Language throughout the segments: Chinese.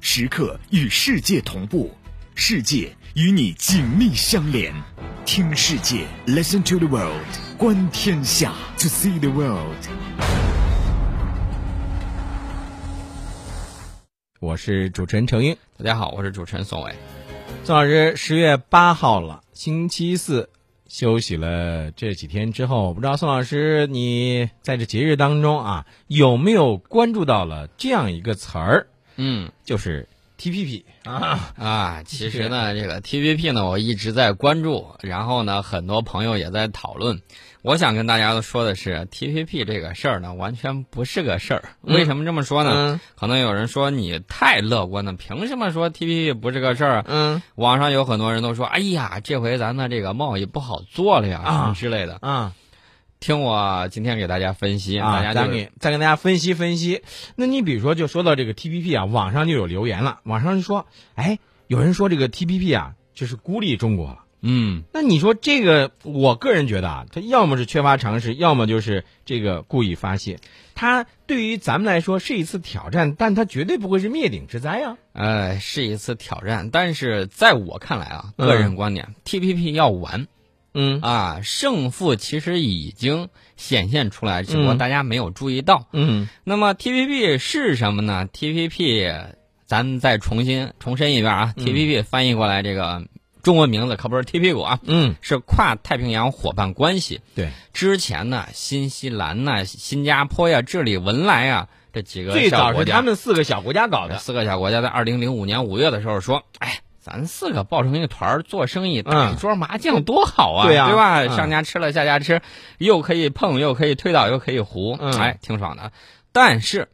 时刻与世界同步，世界与你紧密相连。听世界，Listen to the world，观天下，To see the world。我是主持人程英，大家啊好，我是主持人宋伟。宋老师，十月八号了，星期四，休息了这几天之后，不知道宋老师你在这节日当中啊，有没有关注到了这样一个词儿，嗯就是 TPP 啊？啊，其实呢，这个 TPP 呢，我一直在关注，然后呢，很多朋友也在讨论。我想跟大家都说的是，TPP 这个事儿呢，完全不是个事儿。嗯为什么这么说呢？嗯可能有人说你太乐观了，凭什么说 TPP 不是个事儿？嗯网上有很多人都说，哎呀，这回咱的这个贸易不好做了呀，啊什么之类的。啊听我今天给大家分析，啊！大家再就给再跟大家分析分析。那你比如说，就说到这个 TPP 啊，网上就有留言了，网上就说，哎，有人说这个 TPP 啊，就是孤立中国了。嗯那你说这个，我个人觉得啊，他要么是缺乏常识，要么就是这个故意发泄。他对于咱们来说是一次挑战，但他绝对不会是灭顶之灾啊。呃，是一次挑战，但是在我看来啊，嗯个人观点、t p p 要完嗯啊，胜负其实已经显现出来，只不过嗯大家没有注意到。嗯那么 TPP 是什么呢？TPP，咱们再重新重申一遍啊、嗯 t p p 翻译过来这个中文名字可不是 TP 股啊，嗯，是跨太平洋伙伴关系。对，之前呢，新西兰呐、新加坡呀、智利、文莱啊这几个最小早国是家他们四个小国家搞这的。四个小国家在二零零五年五月的时候说，哎，咱四个抱成一个团儿做生意，打一桌麻将多好嗯啊，对呀吧？嗯上家吃了，下家吃，又可以碰，又可以推倒，又可以胡，嗯哎，挺爽的。但是。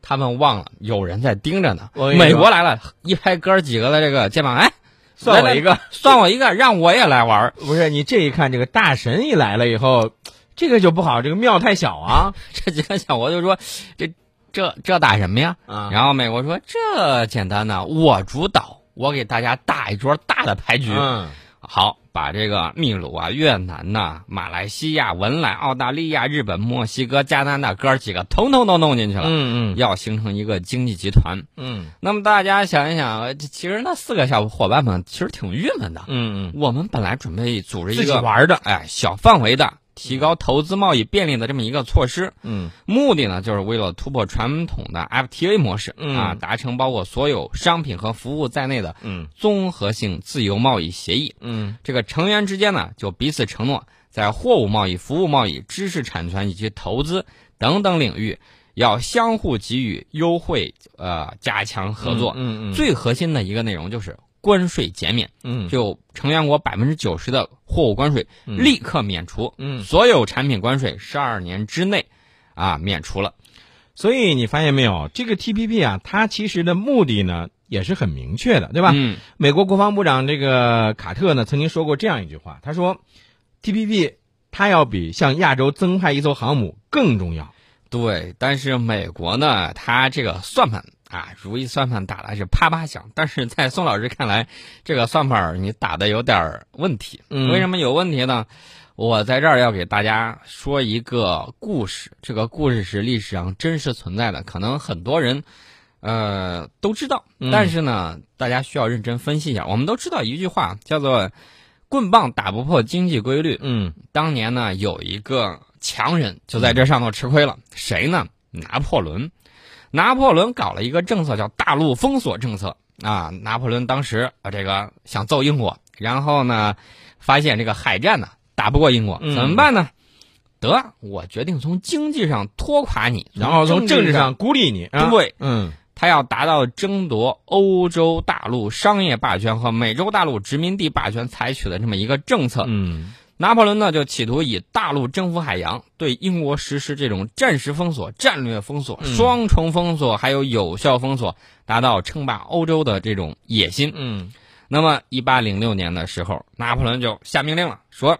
他们忘了有人在盯着呢。我跟你说美国来了，一拍哥儿几个的这个肩膀，哎，算我一个， 算我一个，让我也来玩儿。不是你这一看，这个大神一来了以后，这个就不好，这个庙太小啊 这几个小国就说：“这这这打什么呀？”啊然后美国说：“这简单呐，我主导，我给大家打一桌大的牌局。嗯好，把这个秘鲁啊、越南呐、马来西亚、文莱、澳大利亚、日本、墨西哥、加拿大哥儿几个统统都弄进去了，嗯嗯要形成一个经济集团。嗯那么大家想一想，呃这其实那四个小伙伴们其实挺郁闷的。嗯我们本来准备组嗯，织一自己个玩的。哎小范围的提高投资贸易便利的这么一个措施，嗯目的呢就是为了突破传统的 FTA 模式、嗯啊，达成包括所有商品和服务在内的嗯综合性自由贸易协议。嗯这个成员之间呢，就彼此承诺，在货物贸易、服务贸易、知识产权以及投资等等领域，要相互给予优惠，呃，加强合作。嗯嗯最核心的一个内容就是关税减免，嗯就成员国百分之九十的货物关税嗯立刻免除，嗯，所有产品关税十二年之内啊免除了。所以你发现没有，这个 TPP 啊，它其实的目的呢也是很明确的，对吧？嗯美国国防部长这个卡特呢曾经说过这样一句话，他说，TPP 它要比向亚洲增派一艘航母更重要。对，但是美国呢，它这个算盘啊，如意算盘打的是啪啪响，但是在宋老师看来，这个算盘儿你打的有点儿问题。嗯为什么有问题呢？我在这儿要给大家说一个故事，这个故事是历史上真实存在的，可能很多人，呃，都知道，嗯但是呢，大家需要认真分析一下。我们都知道一句话叫做“棍棒打不破经济规律”，嗯当年呢，有一个强人就在这上头吃亏了，谁呢？拿破仑。拿破仑搞了一个政策叫大陆封锁政策啊。拿破仑当时啊，这个想揍英国，然后呢，发现这个海战呢打不过英国，嗯怎么办呢？得，我决定从经济上拖垮你，然后嗯从政治上孤立你，啊、对，嗯他要达到争夺欧洲大陆商业霸权和美洲大陆殖民地霸权采取的这么一个政策。嗯拿破仑呢就企图以大陆征服海洋，对英国实施这种战时封锁、战略封锁、嗯双重封锁，还有有效封锁，达到称霸欧洲的这种野心。嗯那么，一八零六年的时候，拿破仑就下命令了，说：“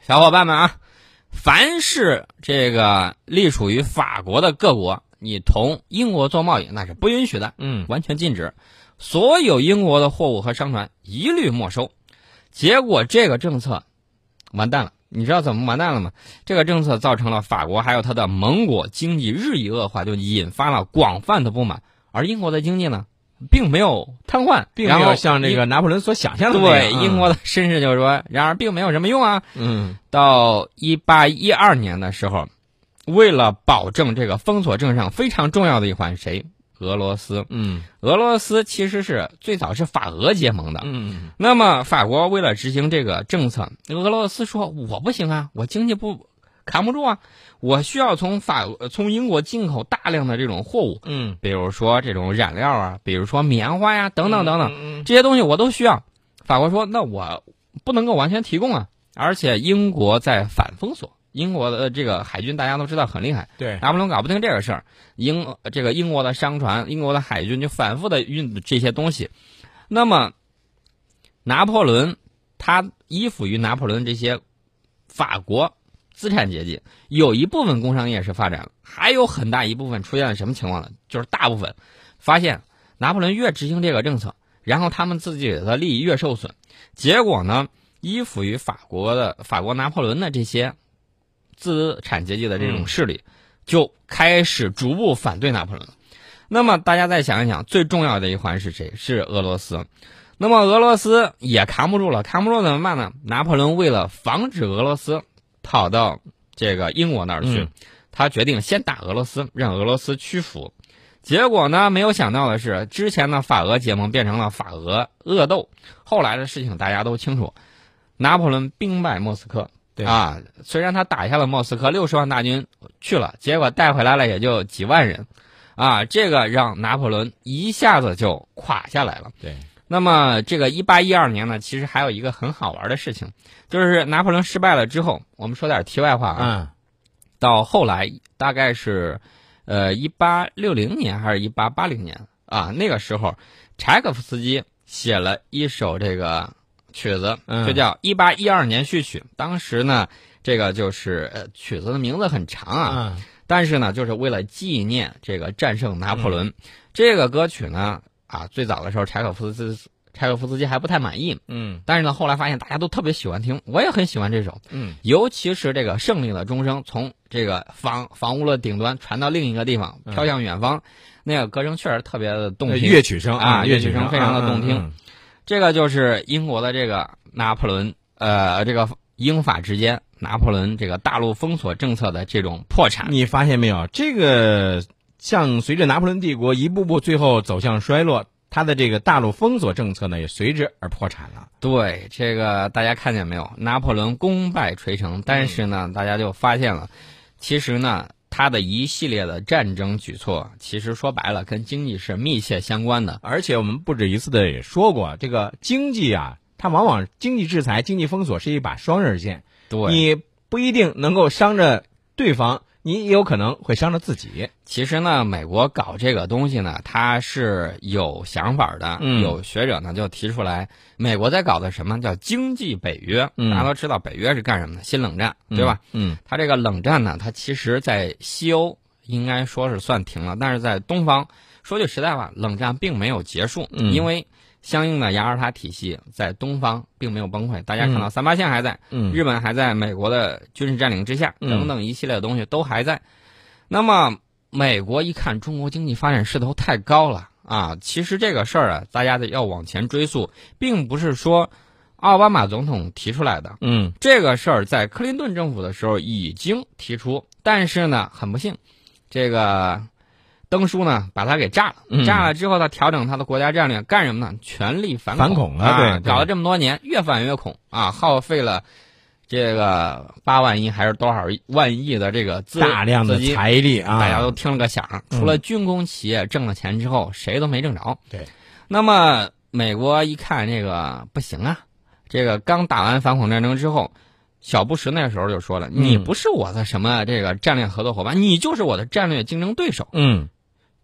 小伙伴们啊，凡是这个隶属于法国的各国，你同英国做贸易那是不允许的。”嗯完全禁止，所有英国的货物和商船一律没收。结果这个政策完蛋了，你知道怎么完蛋了吗？这个政策造成了法国还有它的盟国经济日益恶化，就引发了广泛的不满。而英国的经济呢，并没有瘫痪，并然没有后像这个啊拿破仑所想象的那对样。英国的绅士就是说，然而并没有什么用啊。嗯，到一八一二年的时候，为了保证这个封锁政上非常重要的一环，谁？俄罗斯。嗯俄罗斯其实是最早是法俄结盟的。嗯那么法国为了执行这个政策，俄罗斯说我不行啊，我经济不扛不住啊，我需要从法呃从英国进口大量的这种货物，嗯比如说这种染料啊，比如说棉花呀、等等等等。嗯这些东西我都需要。法国说，那我不能够完全提供啊，而且英国在反封锁。英国的这个海军大家都知道很厉害，对，拿破仑搞不定这个事儿，英这个英国的商船、英国的海军就反复的运这些东西。那么，拿破仑他依附于拿破仑这些法国资产阶级，有一部分工商业是发展了，还有很大一部分出现了什么情况呢？就是大部分发现拿破仑越执行这个政策，然后他们自己的利益越受损，结果呢，依附于法国的法国拿破仑的这些资产阶级的这种势力，就开始逐步反对拿破仑了。那么大家再想一想，最重要的一环是谁？是俄罗斯。那么俄罗斯也扛不住了，扛不住怎么办呢？拿破仑为了防止俄罗斯跑到这个英国那儿去，嗯他决定先打俄罗斯，让俄罗斯屈服。结果呢，没有想到的是，之前的法俄结盟变成了法俄恶斗。后来的事情大家都清楚，拿破仑兵败莫斯科。对啊，虽然他打下了莫斯科，六十万大军去了，结果带回来了也就几万人，啊，这个让拿破仑一下子就垮下来了。对，那么这个一八一二年呢，其实还有一个很好玩的事情，就是拿破仑失败了之后，我们说点题外话啊，嗯到后来大概是，呃，一八六零年还是一八八零年啊，那个时候柴可夫斯基写了一首这个曲子，嗯就叫《一八一二年序曲》。当时呢，这个就是呃曲子的名字很长啊，嗯但是呢，就是为了纪念这个战胜拿嗯破仑，这个歌曲呢，啊，最早的时候柴可夫斯柴可夫斯基还不太满意，嗯但是呢，后来发现大家都特别喜欢听，我也很喜欢这首，嗯，尤其是这个胜利的钟声从这个房房屋的顶端传到另一个地方，嗯飘向远方，那个歌声确实特别的动呃听。乐曲声啊乐乐曲声声非常嗯的动听嗯这个就是英国的这个拿破仑，呃，这个英法之间拿破仑这个大陆封锁政策的这种破产。你发现没有？这个像随着拿破仑帝国一步步最后走向衰落，他的这个大陆封锁政策呢也随之而破产了。对，这个大家看见没有？拿破仑功败垂成，但是呢，大家就发现了，其实呢，他的一系列的战争举措，其实说白了跟经济是密切相关的。而且我们不止一次的也说过，这个经济啊，它往往经济制裁、经济封锁是一把双刃剑，对，你不一定能够伤着对方，你也有可能会伤着自己。其实呢，美国搞这个东西呢，它是有想法的。嗯有学者呢就提出来，美国在搞的什么叫经济北约？嗯大家都知道北约是干什么的？新冷战，对吧？？嗯它这个冷战呢，它其实在西欧应该说是算停了，但是在东方，说句实在话，冷战并没有结束，嗯因为相应的雅尔塔体系在东方并没有崩溃。大家看到三八线还在，嗯日本还在美国的军事占领之下，嗯等等一系列的东西都还在。那么美国一看中国经济发展势头太高了啊，其实这个事儿啊，大家得要往前追溯，并不是说奥巴马总统提出来的，嗯这个事儿在克林顿政府的时候已经提出，但是呢，很不幸，这个登叔呢把他给炸了。嗯炸了之后，他调整他的国家战略，干什么呢？全力反反恐恐了啊对对搞了这么多年，越反越恐啊，耗费了这个八万亿还是多少万亿的这个资大量的资金财力啊，大家都听了个响儿。嗯除了军工企业挣了钱之后，谁都没挣着。对，那么美国一看这个不行啊，这个刚打完反恐战争之后，小布什那时候就说了：“嗯你不是我的什么这个战略合作伙伴，你就是我的战略竞争对手。嗯”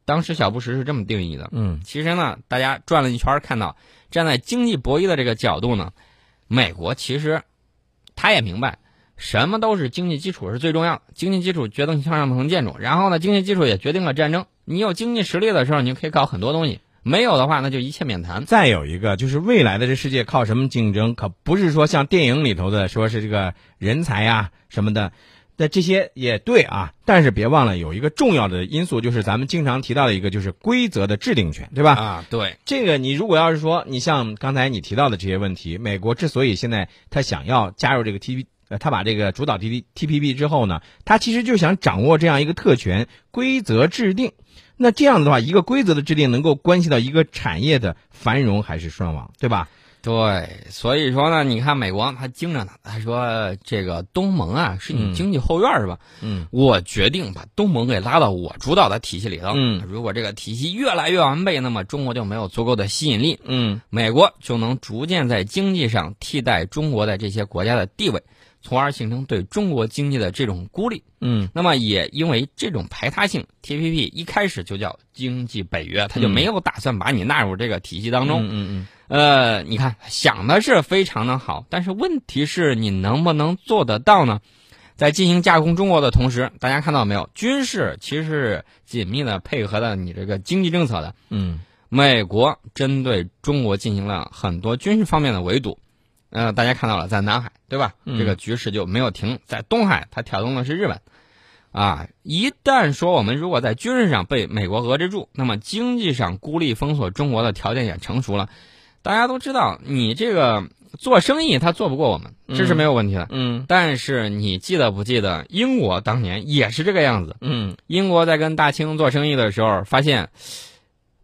当时小布什是这么定义的。嗯其实呢，大家转了一圈儿，看到站在经济博弈的这个角度呢，美国其实他也明白，什么都是经济基础是最重要的，经济基础决定向上层建筑，然后呢，经济基础也决定了战争。你有经济实力的时候，你就可以搞很多东西；没有的话，那就一切免谈。再有一个就是未来的这世界靠什么竞争？可不是说像电影里头的说是这个人才啊什么的，那这些也对啊，但是别忘了有一个重要的因素，就是咱们经常提到的一个，就是规则的制定权，对吧？啊，对，这个你如果要是说，你像刚才你提到的这些问题，美国之所以现在他想要加入这个 T P，呃，他把这个主导 T P T P P 之后呢，他其实就想掌握这样一个特权，规则制定。那这样的话，一个规则的制定能够关系到一个产业的繁荣还是衰亡，对吧？对，所以说呢，你看美国他经常他说这个东盟啊是你经济后院儿是吧？嗯，我决定把东盟给拉到我主导的体系里头。嗯如果这个体系越来越完备，那么中国就没有足够的吸引力，嗯美国就能逐渐在经济上替代中国在这些国家的地位，从而形成对中国经济的这种孤立。嗯那么也因为这种排他性，TPP 一开始就叫经济北约，他就嗯没有打算把你纳入这个体系当中。嗯嗯呃，你看想的是非常的好，但是问题是你能不能做得到呢？在进行架空中国的同时，大家看到没有，军事其实是紧密的配合了你这个经济政策的。嗯美国针对中国进行了很多军事方面的围堵，呃，大家看到了，在南海对吧？嗯这个局势就没有停。在东海，它挑动的是日本，啊，一旦说我们如果在军事上被美国遏制住，那么经济上孤立封锁中国的条件也成熟了。大家都知道，你这个做生意他做不过我们，这是没有问题的。嗯但是你记得不记得，英国当年也是这个样子？嗯英国在跟大清做生意的时候，发现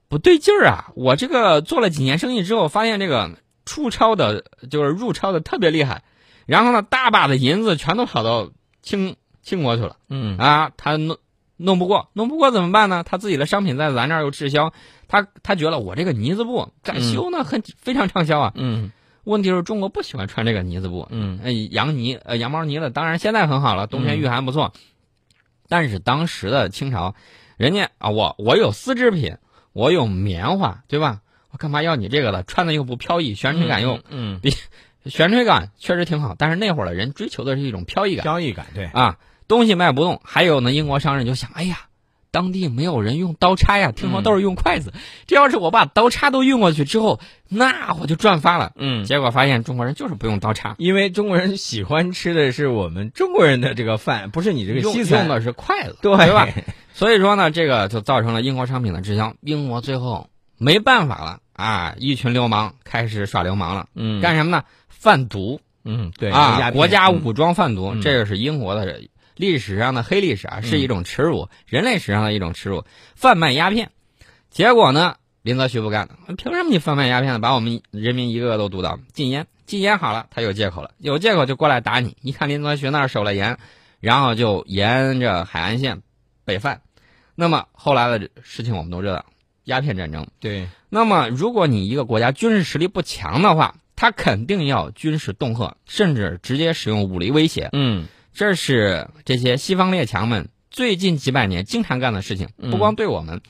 不对劲儿啊！我这个做了几年生意之后，发现这个出超的，就是入超的特别厉害，然后呢，大把的银子全都跑到清清国去了嗯啊！他弄弄不过，弄不过怎么办呢？他自己的商品在咱这儿又滞销，他他觉得我这个呢子布敢修呢，很非常畅销啊。嗯问题是中国不喜欢穿这个呢子布，嗯呃，羊呢，呃，羊毛呢了，当然现在很好了，冬天御寒不错。但是当时的清朝，人家啊，我我有丝织品，我有棉花，对吧？我干嘛要你这个了？穿的又不飘逸，悬垂感又、嗯悬垂感确实挺好，但是那会儿的人追求的是一种飘逸感交易感对，啊，东西卖不动。还有呢，英国商人就想，哎呀。当地没有人用刀叉呀，嗯听说都是用筷子。这要是我把刀叉都运过去之后，那我就赚发了。嗯。结果发现中国人就是不用刀叉，因为中国人喜欢吃的是我们中国人的这个饭，不是你这个用西餐用的是筷子，对吧？？所以说呢，这个就造成了英国商品的滞销。英国最后没办法了啊，一群流氓开始耍流氓了，嗯，干什么呢？贩毒嗯对鸦啊，片国家嗯武装贩毒，嗯这个是英国的历史上的黑历史啊，是一种耻嗯辱，人类史上的一种耻辱，贩卖鸦片。结果呢，林则徐不干了，凭什么你贩卖鸦片呢？把我们人民一个个都毒倒，禁烟，禁烟好了，他有借口了，有借口就过来打你。一看林则徐那儿守了严，然后就沿着海岸线北犯。那么后来的事情我们都知道，鸦片战争。对，那么，如果你一个国家军事实力不强的话，他肯定要军事恫吓，甚至直接使用武力威胁。嗯这是这些西方列强们最近几百年经常干的事情，嗯不光对我们，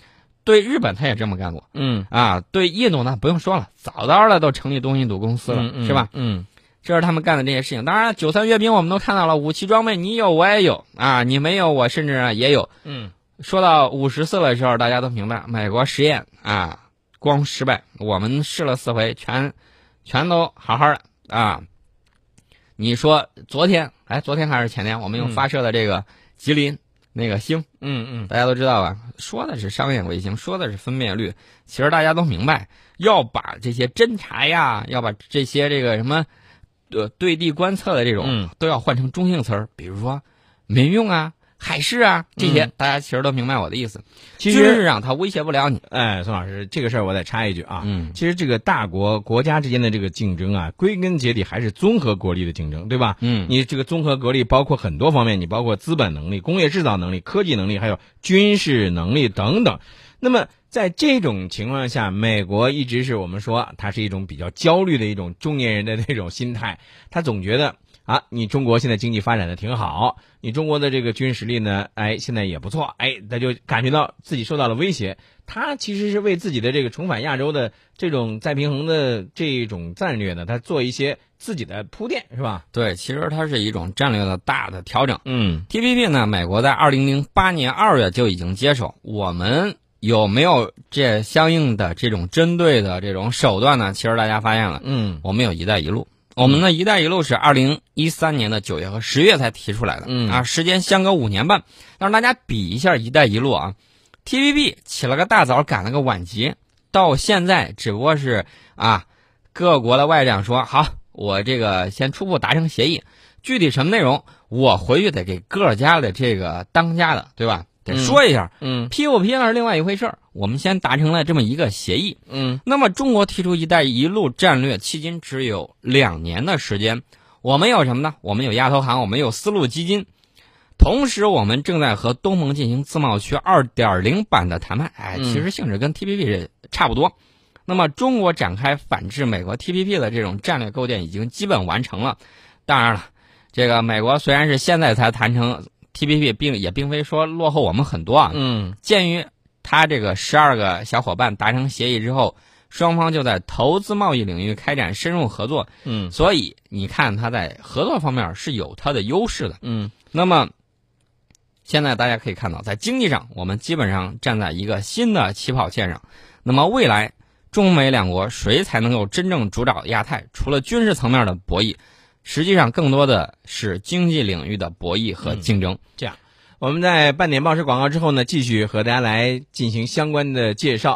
对日本他也这么干过嗯，啊。对印度呢，不用说了，早早的都成立东印度公司了，嗯是吧？？嗯这是他们干的这些事情。当然，九三阅兵我们都看到了，武器装备你有我也有啊，你没有我甚至啊也有。嗯说到五十四的时候，大家都明白，美国实验啊，光失败。我们试了四回，全全都好好的啊。你说昨天，哎，昨天还是前天，我们又嗯发射的这个吉林、那个星，嗯嗯大家都知道吧？说的是商业卫星，说的是分辨率，其实大家都明白，要把这些侦察呀，要把这些这个什么，呃，对地观测的这种，嗯都要换成中性词儿，比如说民用啊、海事啊这些，大家其实都明白我的意思。嗯其军事实，上它威胁不了你。哎，宋老师，这个事儿我得插一句啊。嗯其实这个大国国家之间的这个竞争啊，归根结底还是综合国力的竞争，对吧？嗯，你这个综合国力包括很多方面，你包括资本能力、工业制造能力、科技能力，还有军事能力等等。那么在这种情况下，美国一直是我们说它是一种比较焦虑的一种中年人的那种心态，他总觉得啊，你中国现在经济发展的挺好，你中国的这个军事实力呢，哎，现在也不错，哎，他就感觉到自己受到了威胁。他其实是为自己的这个重返亚洲的这种再平衡的这种战略呢，他做一些自己的铺垫，是吧？对，其实它是一种战略的大的调整。嗯， TPP 呢，美国在二零零八年二月就已经接手。我们有没有这相应的这种针对的这种手段呢？其实大家发现了，嗯我们有“一带一路”我们的一带一路是二零一三年的九月和十月才提出来的，嗯啊，时间相隔五年半。让大家比一下一带一路啊，TVB 起了个大早，赶了个晚集，到现在只不过是啊，各国的外长说好，我这个先初步达成协议，具体什么内容，我回去得给各家的这个当家的，对吧？得嗯说一下，嗯批不批那是另外一回事儿。我们先达成了这么一个协议，嗯那么，中国提出“一带一路”战略，迄今只有两年的时间。我们有什么呢？我们有亚投行，我们有丝路基金，同时我们正在和东盟进行自贸区2.0版的谈判。哎，嗯其实性质跟 TPP 这差不多。那么，中国展开反制美国 TPP 的这种战略构建已经基本完成了。当然了，这个美国虽然是现在才谈成 TPP，并也并非说落后我们很多啊。嗯鉴于他这个十二个小伙伴达成协议之后，双方就在投资贸易领域开展深入合作，嗯所以你看他在合作方面是有它的优势的。嗯那么，现在大家可以看到，在经济上，我们基本上站在一个新的起跑线上。那么未来，中美两国谁才能够真正主导亚太？除了军事层面的博弈，实际上更多的是经济领域的博弈和竞争。我们在半点报时广告之后呢，继续和大家来进行相关的介绍。